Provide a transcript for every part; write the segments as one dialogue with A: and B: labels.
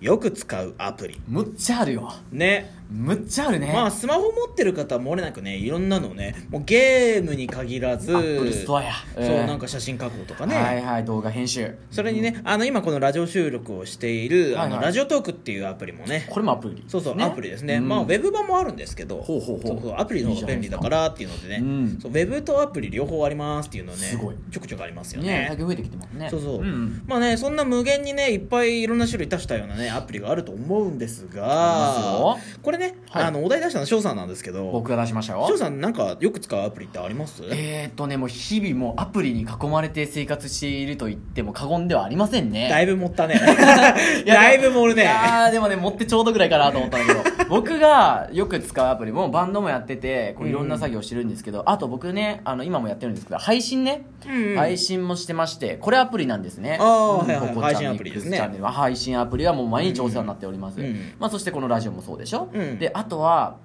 A: よく使うアプリ
B: むっちゃあるよ
A: ね
B: むっちゃあるね、
A: まあスマホ持ってる方は漏れなくねいろんなのをねもうゲームに限らず
B: アップルストアや
A: そう
B: えー
A: なんか写真加工とかね、
B: はいはい動画編集
A: それにねあの今このラジオ収録をしている、
B: はいはい
A: あのラジオトークっていうアプリもね
B: これもアプリ
A: そうそう、アプリですね、
B: うん
A: まあウェブ版もあるんですけど
B: ほうほうほう
A: そうそうアプリの方が便利だからっていうのでね
B: いいじゃないですかうん
A: そうウェブとアプリ両方ありますっていうのね
B: すごい
A: ちょくちょくありますよ
B: ね
A: ね
B: 最近増えてきてますね
A: そうそう、
B: んん
A: まあねそんな無限にねいっぱいいろんな種類出したようなねアプリがあると思うんです
B: あ
A: が
B: ります
A: これね、
B: はい
A: あのお題出したの翔さんなんですけど
B: 僕が出しましたよ
A: 翔さんなんかよく使うアプリってあります
B: えーっとねもう日々もうアプリに囲まれて生活していると言っても過言ではありませんね
A: だいぶ持ったね
B: いや
A: だいぶ盛る
B: い
A: ね
B: やーでもね持ってちょうどぐらいかなと思ったんだけ ど僕がよく使うアプリもバンドもやっててこういろんな作業してるんですけど、あと僕ねあの今もやってるんですけど配信ね、
A: うん
B: 配信もしてましてこれアプリなんですね
A: あーはいはい
B: ここちゃん
A: 配信アプリですね
B: X チャンネルは配信アプリはもう毎日お世話になっております、
A: うん
B: まあ、そしてこのラジオもそうでしょ、
A: うん
B: であとは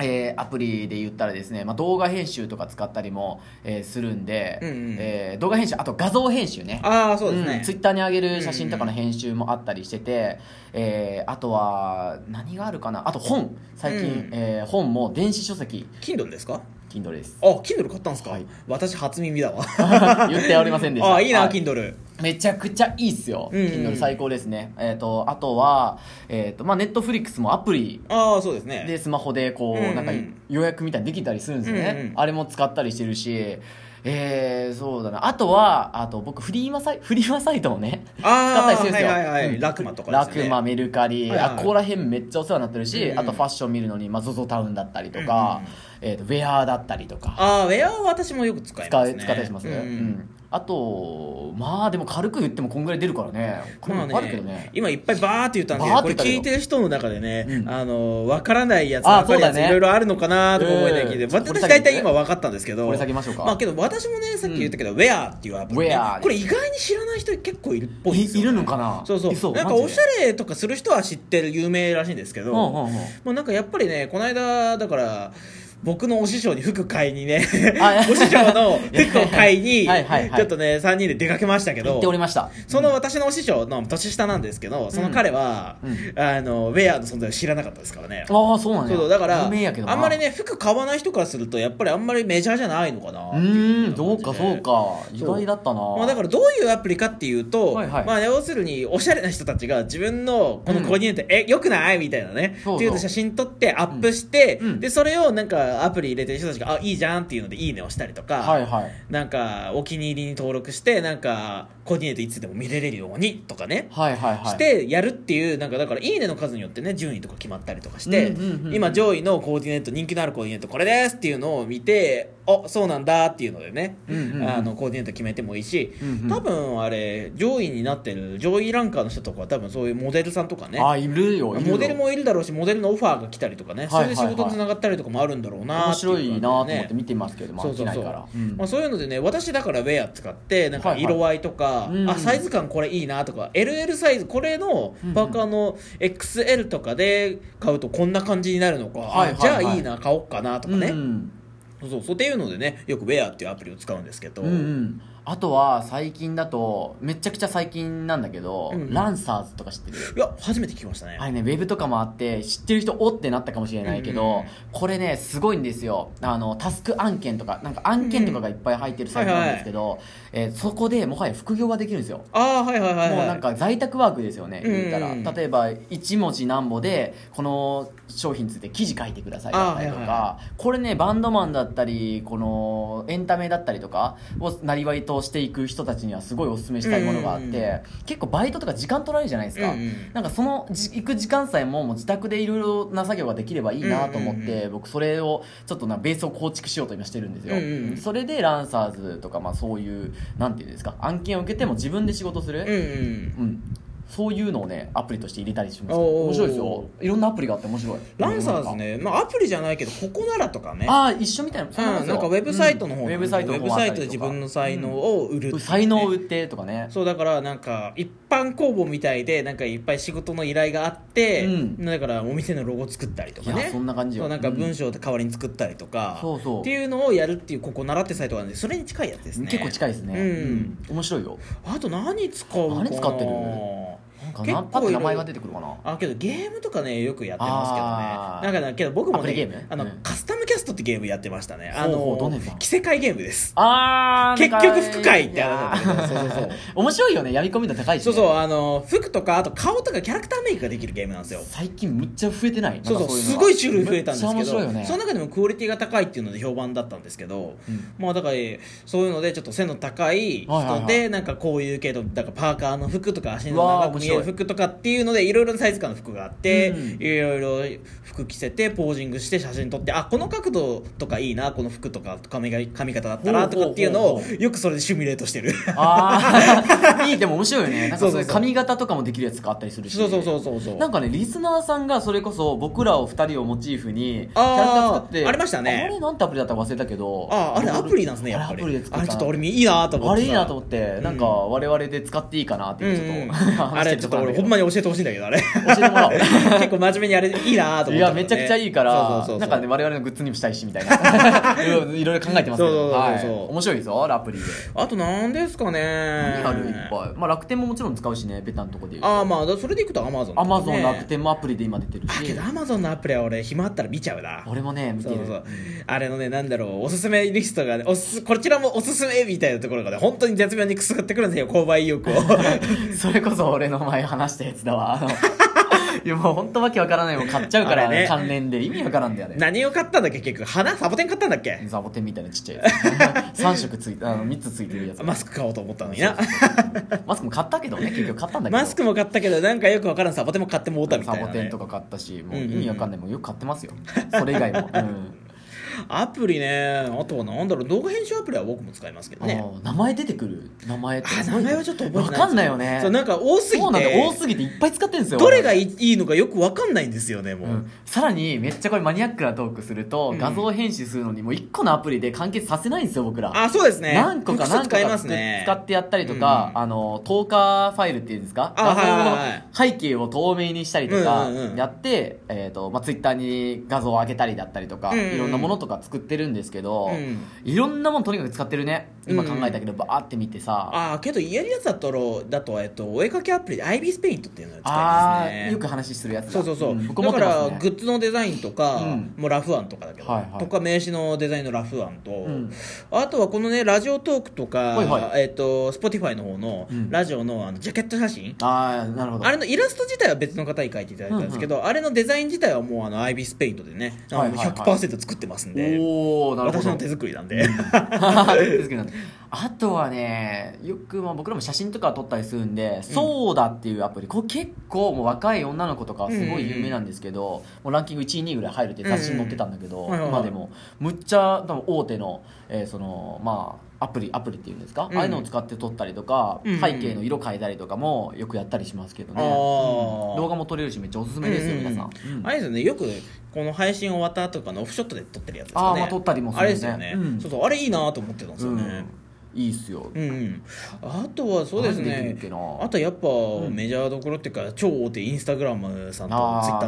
B: えーアプリで言ったらですね、まあ、動画編集とか使ったりも、えーするんで、
A: うんうん
B: えー動画編集あと画像編集ね
A: ああそうですね、
B: んツイッターに上げる写真とかの編集もあったりしてて、えーあとは何があるかなあと本最近、
A: うん
B: えー本も電子書籍
A: Kindle ですか
B: Kindle です
A: あ Kindle 買ったんですか、
B: はい
A: 私初耳だわ
B: 言っておりませんでした
A: あいいな
B: は
A: Kindle
B: めちゃくちゃいいっすよ、
A: うん
B: Kindle 最高ですねえっ、とあとはえっ、とまあ Netflix もアプリ
A: ああそうですね
B: でスマホでこう、
A: うんうん
B: なんか予約みたいにできたりするんですよね、
A: うんうん
B: あれも使ったりしてるしえー、そうだなあとはあと僕フリーマサイフリーマサイトをね使っ
A: あ
B: た
A: あ
B: りするんですよ、
A: はいはいはい、
B: うん
A: ラクマとか
B: ラ
A: ですね
B: クマメルカリ、
A: はいはい
B: あここら辺めっちゃお世話になってるし、
A: うんうん
B: あとファッション見るのに、まあ、ZOZO タウンだったりとか、えー、とウェアだったりとか
A: ああウェアは私もよく使いま
B: 使
A: す
B: え
A: ね
B: 使ったりします
A: うん
B: ね、うんあとまあでも軽く言ってもこんぐらい出るからねこれ
A: ま
B: も
A: あ
B: いっぱいあるけどね,、
A: ね、今いっぱいバーって言ったんですけ
B: バー
A: ど
B: っ
A: これ
B: て言った
A: 聞
B: よ
A: いてる人の中でね、
B: うん
A: あの分からないやつ
B: あー
A: 分かるやつ、
B: そうだね
A: いろいろあるのかなとか思いながら聞いて、
B: うん
A: 私大体今分かったんですけど
B: これ下げましょうか
A: まあけど私もねさっき言ったけど、ウェアっていうアプリ、ね
B: ウェア、
A: これ意外に知らない人結構いるっぽいんですよ
B: いいるのかな
A: そうそう
B: いそう
A: なんか
B: マジで
A: おしゃれとかする人は知ってる有名らしいんですけど、
B: うんうんうん
A: もうなんかやっぱりねこの間だから僕のお師匠に服買いにね
B: あ
A: お師匠の 服を買いに
B: はいはいはい
A: ちょっとね3人で出かけましたけ
B: 言
A: ど
B: っておりました
A: その私のお師匠の年下なんですけどその彼は、
B: う
A: あのウェアの存在を知らなかったですからね
B: ああそうなんや
A: そうそうだからあ
B: 有名やけどなん
A: まりね服買わない人からするとやっぱりあんまりメジャーじゃないのかな
B: うーんそうかそう
A: そう
B: か意外だったな
A: まあ、だからどういうアプリかっていうと、
B: はいはい
A: まあ、要するにおしゃれな人たちが自分のこのコーディネート、えよくないみたいなね
B: そうそう
A: っていうのを写真撮ってアップして、
B: うんうん
A: でそれをなんかアプリ入れてる人たちがあいいじゃんっていうので「いいね」をしたりとか、
B: はいはい
A: なんかお気に入りに登録してなんかコーディネートいつでも見れれるようにとかね、
B: はいはいはい
A: してやるっていうなんかだから「いいね」の数によってね順位とか決まったりとかして、
B: うんうんうんうん
A: 今上位のコーディネート人気のあるコーディネートこれですっていうのを見てあそうなんだっていうのでね、
B: うんうんうん
A: あのコーディネート決めてもいいし、
B: うんうん
A: 多分あれ上位になってる上位ランカーの人とかは多分そういうモデルさんとかね
B: あいるよいるよ
A: モデルもいるだろうしモデルのオファーが来たりとかね、
B: はいはいはい
A: それで仕事つながったりとかもあるんだろうなっ
B: 面
A: ていう
B: 白
A: 感じ
B: いなと
A: で
B: 思
A: ね
B: って見てますけども
A: そう
B: 飽
A: そ
B: き
A: う
B: ない
A: そう
B: からうん
A: まあ、そういうのでね私だからウェア使ってなんか
B: はいはい
A: 色合いとか、
B: うん
A: あサイズ感これいいなとか LL サイズこれのパーカーの XL とかで買うとこんな感じになるのか、
B: は
A: あ
B: いはいはい
A: じゃあいいな買おっかなとかね、
B: うん
A: そうそうそうっていうのでねよくウェアっていうアプリを使うんですけど、
B: うんうんあとは最近だとめちゃくちゃ最近なんだけど、
A: うん
B: ランサーズとか知ってる
A: いや初めて聞きましたね、
B: あれねウェブとかもあって知ってる人おってなったかもしれないけ
A: うん
B: ど、
A: うん
B: これねすごいんですよあのタスク案件とかなんか案件とかがいっぱい入ってるサイトなんですけど、えーそこでもはや副業ができるんですよ
A: ああはいはいはいはい
B: もうなんか在宅ワークですよね、
A: うん
B: 言ったら例えば1文字なんぼでこの商品について記事書いてくださいだったりとか、
A: あはいは
B: これねバンドマンだったりこのエンタメだったりとかをなりわいとしていく人たちにはすごいおすすめしたいものがあって、
A: うんうんう
B: 結構バイトとか時間取られるじゃないですか、
A: うんうん
B: なんかそのじ行く時間さえももう自宅でいろいろな作業ができればいいなと思って、
A: うんうん
B: 僕それをちょっとなベースを構築しようと今してるんですよ、
A: うんうん
B: それでランサーズとか、まあ、そういうなんていうんですか案件を受けても自分で仕事する、
A: うんうん
B: うん、そういうのをねアプリとして入れたりします
A: おー
B: 面白いですよいろんなアプリがあって面白い
A: ランサーズね、まあ、アプリじゃないけどここならとかね
B: ああ一緒みたいなそう
A: うん、
B: ですよ
A: なんかウェブサイトの方、
B: うんウェブサイト
A: ウ
B: の
A: ェ
B: 方
A: ブ
B: もあ
A: サ
B: った
A: イ
B: り
A: ト
B: と
A: で
B: か
A: 自分の才能を売るっていうね
B: 才能を売ってとかね
A: そうだからなんか一般公募みたいでなんかいっぱい仕事の依頼があって、
B: うん
A: だからお店のロゴ作ったりとか
B: い
A: ね
B: やそんな感じよ
A: そうなんか文章を代わりに作ったりとか、
B: そうそう
A: っていうのをやるっていうここ習ってサイトがあるんでそれに近いやつですね
B: 結構近いですね、
A: うん
B: うん面白いよ
A: あと何使うかな
B: 何使ってるか
A: 結
B: な
A: 構
B: パッと名前
A: いろいろ
B: が出てくるかな
A: あけどゲームとかねよくやってますけど
B: あー
A: ねなんかだけど僕も
B: アプ
A: ね
B: リゲーム
A: あの、
B: うん
A: カスタムキャストってゲームやってましたねあ
B: ほうほうどんな
A: の
B: やつだ
A: 着せ替えゲームです
B: あ
A: 結局服かいって
B: あ
A: 話なんだけどそうそうそう
B: 面白いよねやり込み度高いし
A: そ
B: ね、
A: うそうあの服とかあと顔とかキャラクターメイクができるゲームなんですよ
B: 最近むっちゃ増えてない
A: そうそう
B: なんかう
A: す
B: のが
A: ごい種類増えたんです
B: め
A: け
B: っちゃ面白い
A: ど、
B: よね
A: その中でもクオリティが高いっていうので評判だったんですけど、
B: うん
A: まあだからえーそういうのでちょっと背の高い人で、
B: はいはいは
A: なんかこういう系のだからパーカーの服とか足の
B: う
A: 長
B: わー面
A: く見
B: 白い
A: える服とかっていうのでいろいろなサイズ感の服があって、
B: うん
A: いろいろ服着せてポージングして写真撮ってあこの角度とかいいなこの服とか髪が髪型だったらとかっていうの
B: ほう
A: を
B: ほうほ
A: よくそれでシミュレートしてる
B: ああ いいでも面白いよねなんかそう
A: そうそうう
B: い
A: そう
B: 髪型とかもできるやつがあったりするし
A: そうそうそうそうそう
B: なんかねリスナーさんがそれこそ僕らを二人をモチーフにキャラクター作って
A: あーありましたね
B: あれなんてアプリだったか忘れたけど
A: ああれアプリなんですねやっぱり
B: あれアプリで作
A: あ
B: た
A: れちょっと俺もいいなと思って
B: あれいいなと
A: 思
B: 思って、なんか我々で使っていいかなっていうちょっ と、
A: あれちょっと俺ほんま
B: に
A: に教えてほしいんだけどあれ
B: 教えてもらおう
A: 結構真面目にあれいいなと思ってたのね、
B: いやめちゃくちゃいいから
A: そうそうそうそう
B: なんかね我々のグッズにもしたいしみたいないろいろいろいろ考
A: そうそうそ
B: えてますけど
A: うそう
B: はい面白いぞアプリで
A: あと何ですかね
B: 何あるいっぱい、まあ、楽天ももちろん使うしねベタのとこで言うと
A: ああまあだそれでいくとアマゾン
B: アマゾン楽天もアプリで今出てる
A: あけ
B: し
A: どアマゾンのアプリは俺暇あったら見ちゃうな
B: 俺もね見
A: そ
B: て
A: う
B: る
A: そうそうあれのねなんだろうおすすめリストがねおすすこちらもおすすめみたいなところがね本当に絶妙にくすぐってくるんですよ購買意 欲を
B: それこそ俺の前話したやつだわあの いやもう本当わけわからないもん買っちゃうから、
A: あれね
B: 関連で意味わからんだよね
A: 何を買ったんだっけ結局花サボテン買ったんだっけ
B: ザボテンみたいなちっちゃいやつ3 色ついてあの3つついてるやつ
A: マスク買おうと思ったのにな
B: マスクも買ったけどね結局買ったんだけど
A: マスクも買ったけどなんかよくわからんサボテンも買ってもうたみた
B: サ
A: いな、
B: ボ
A: ね、
B: テンとか買ったしもう
A: う
B: 意
A: んうん
B: 味わかんないもんよく買ってますよそれ以 外も、うん
A: アプリねあとはなんだろう動画編集アプリは僕も使いますけどね
B: あー名前出てくる名前って
A: あ名前はちょっと覚えてない
B: わかんないよね
A: そうなんか多すぎ
B: そうなんだ多
A: て
B: すぎていっぱい使ってるんですよ
A: どれが
B: い
A: いいいいのかよくわかんないんですよねもう、
B: うん、さらにめっちゃこれマニアックなトークすると、
A: うん
B: 画像編集するのにもう1個のアプリで完結させないんですよ僕ら
A: あそうですね
B: 何個か
A: 複数
B: 何個
A: 使い
B: か
A: ます
B: 使
A: ね
B: ってやったりとか、
A: うん
B: あの透過ファイルっていうんですか
A: あはいはいはい
B: 画像の背景を透明にしたりとか
A: うんうんうん
B: やって、えーとまあ、ツイッターに画像を上げたりだったりとか、
A: うんうん
B: いろんなものとか作ってるんですけど、
A: うん
B: いろんなものとにかく使ってるね今考えたけど、バーって見てさ
A: あけどやるやつだったらだと,、えっとお絵かきアプリで IB スペイントっていうのを使い
B: あ
A: ま
B: ー
A: すね
B: よく話するやつだ
A: そうそうそう、
B: ん僕持
A: だか
B: ってます
A: ら
B: ね
A: グッズのデザインとか、
B: うん
A: もうラフ案とかだけど、
B: はいはい
A: とか名刺のデザインのラフ案と、
B: ん
A: あとはこのねラジオトークとか、
B: はいは
A: えっと Spotify の方の
B: うん
A: ラジオのあのジャケット写真、
B: ああなるほど
A: あれのイラスト自体は別の方に描いていただいたんですけど、あれのデザイン自体はもうあのアイビスペイントでね、あの
B: はいはいはい
A: 100%作ってますんで、
B: おおなるほ
A: 私
B: ど
A: の手作りなんで、
B: ですけどあとはねよくまあ僕らも写真とか撮ったりするんで「ソーダ」っていうアプリこれ結構もう若い女の子とかはすごい有名なんですけど、もうランキング1位2位ぐらい入るって雑誌に載ってたんだけど、
A: うんうんはいはい
B: 今でもむっちゃ多分大手の,、えーそのまあアプリアプリっていうんですか、
A: うん
B: ああいうのを使って撮ったりとか、
A: うんうん
B: 背景の色変えたりとかもよくやったりしますけどね、
A: あー
B: うん動画も撮れるしめっちゃおすすめですよ、皆さん、うん
A: あれですよねよくこの配信終わった後とかのオフショットで撮ってるやつです
B: あ
A: か
B: ー
A: ね
B: まあ撮ったりもす
A: あ
B: る
A: れ
B: ね
A: ですよね、
B: うん
A: そうそうあれいいなと思ってたんですよね、
B: うんいいっすよ、
A: うんうん、あとはそうです
B: なんで
A: ね
B: だっけな
A: あとやっぱ
B: ん
A: メジャーどころっていうか超大手インスタグラムさんと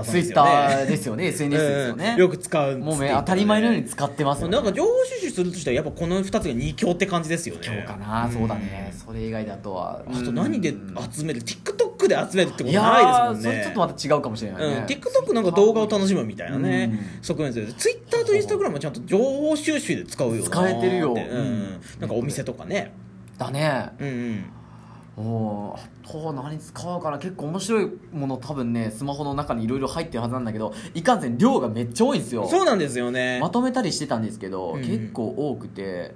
A: ツイッタ
B: あ
A: ー
B: あ
A: さんですよね
B: ツイッターですよね SNS ですよね、
A: うんよく使うんです
B: もうね当たり前のように使ってますよね
A: なんか情報収集するとしたらやっぱこの2つが2強って感じですよね
B: 今日かな、そうだねそれ以外だとは
A: あと何で
B: うん
A: 集める TikTok で集めるってこ
B: い
A: と
B: や
A: ない
B: ー
A: です
B: そ
A: もん
B: れ
A: ね
B: ちょっとまた違うかもしれないね、
A: うん、TikTok なんか動画を楽しむみたいなね、
B: うん
A: 側面ですよ Twitter と Instagram はちゃんと情報収集で使うよなーって
B: 使えてるよ
A: うん
B: うん
A: なんかお店とかね
B: だね
A: うんうん
B: おーあとは何使うかな結構面白いもの多分ねスマホの中にいろいろ入ってるはずなんだけどいかんせん量がめっちゃ多いんですよ
A: そうなんですよね
B: まとめたりしてたんですけど、
A: うん
B: 結構多くて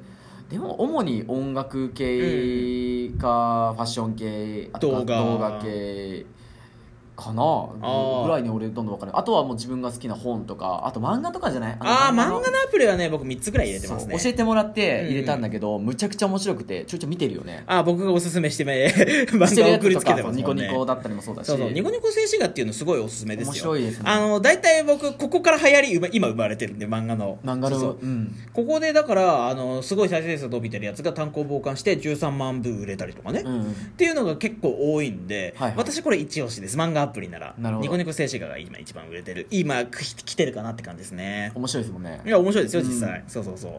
B: でも主に音楽系か、ファッション系あと
A: 動画
B: 動画系かな
A: ー
B: ぐらいに俺どんどん分かるあとはもう自分が好きな本とかあと漫画とかじゃない
A: ああ漫
B: の
A: 画のアプリはね僕3つぐらい入れてますね
B: そう教えてもらって入れたんだけど、むちゃくちゃ面白くてちょいちょい見てるよね
A: あー僕がおすすめして め漫
B: し
A: 画
B: てる
A: を
B: や
A: 送
B: つ
A: り
B: と
A: つけ
B: か
A: てます
B: ニ
A: も
B: コ
A: んね
B: ニコだったりもそうだし
A: そうそうニコニコ静止画っていうのすごいおすすめですよ
B: 面白いですね
A: あの大体僕ここから流行りうま今生まれてるんで漫画の
B: 漫画
A: そうそ
B: の
A: う
B: うん
A: ここでだからあのすごい再生数伸びてるやつが単行本換して13万部売れたりとかね、
B: うんうん
A: っていうのが結構多いんで、
B: はいはい
A: 私これ一押しです漫画アプリなら
B: なるほど
A: ニコニコ静止画が今一番売れてる今き来てるかなって感じですね
B: 面白いですもんね
A: いや面白いですよ実際、そうそうそう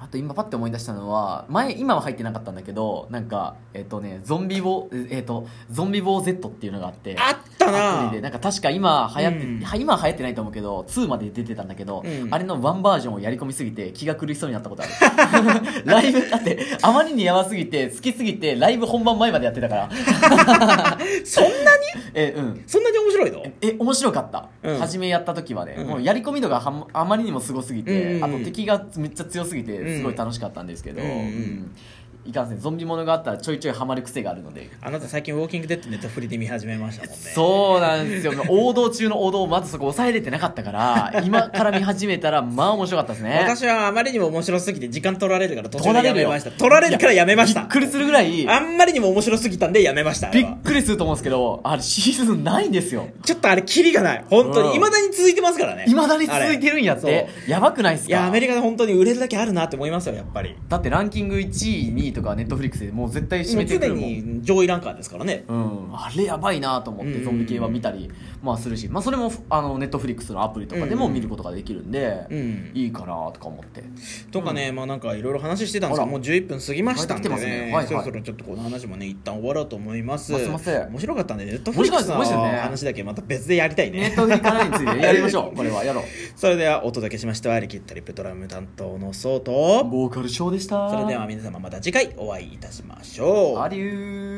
B: あと今パッて思い出したのは前今は入ってなかったんだけどなんかえっ、とねゾンビボえっ、とゾンビボー Z っていうのがあって
A: あった
B: ア
A: な
B: プリでなんか確か今流行って、
A: うん
B: は今は流行ってないと思うけど2まで出てたんだけど、
A: うん
B: あれのワンバージョンをやり込みすぎて気が狂いそうになったことある ライブだってあまりにやばすぎて好きすぎてライブ本番前までやってたから
A: そんなに
B: えうん
A: そんなに面白いの
B: え面白かった、
A: うん
B: 初めやった時はね、
A: うん
B: もうやり込み度がはんあまりにもすごすぎて、
A: うんうんうん
B: あと敵がめっちゃ強すぎ
A: う
B: て
A: ん
B: すごい楽しかったんですけど、
A: うんうん
B: いかんせんゾンビものがあったらちょいちょいハマる癖があるので
A: あなた最近「ウォーキングデッド」ネットフリで見始めましたもんね
B: そうなんですよ王道中の王道をまずそこ抑えれてなかった から今から見始めたらまあ面白かったですね
A: 私はあまりにも面白すぎて時間取られるから途中
B: 取ら
A: で
B: れ
A: や
B: る
A: め
B: よ
A: ました取られるからやめまし
B: い
A: た
B: やびっくりするぐらい
A: あんまりにも面白すぎたんでやめましたあれ
B: び
A: は
B: っくりすると思うんですけどあれシーズンないんですよ
A: ちょっとあれキリがない本当
B: う
A: に
B: ん
A: いまだに続いてますからね
B: いまだに続いてるんやっ
A: あれ
B: てやばくないっす
A: そう
B: か
A: いやアメリカで本当に売れるだけあるなって思いますよやっぱり
B: だってランキング1位2位とかネットフリックスでもう絶対占
A: 常
B: めてくるもん
A: に上位ランカーですからね
B: うん、あれやばいなと思っ
A: うんうんう
B: て
A: ん
B: ゾンビ系は見たり、まあ、するし、まあ、それもあのネットフリックスのアプリとかで
A: う
B: も
A: んうん
B: 見ることができるんで、
A: うん
B: いいかなとか思って
A: とかね、まあなんかいろいろ話してたんですけ
B: あ
A: ども
B: ら
A: う11分過ぎましたんで、
B: 帰ってきてますねはいはい
A: そろそろちょっとこの話もね一旦終わろうと思います
B: あすいません
A: 面白かったんでネットフリックスの
B: 面白いですね
A: 話だけまた別でやりたい
B: ネッ
A: ね
B: トフリからについてやりましょうこれはやろう
A: それではお届けしましたはリキッドリップドラム担当のソウと
B: ボーカルショーでした
A: それでは皆様また次回お会いいたしましょう
B: アデュー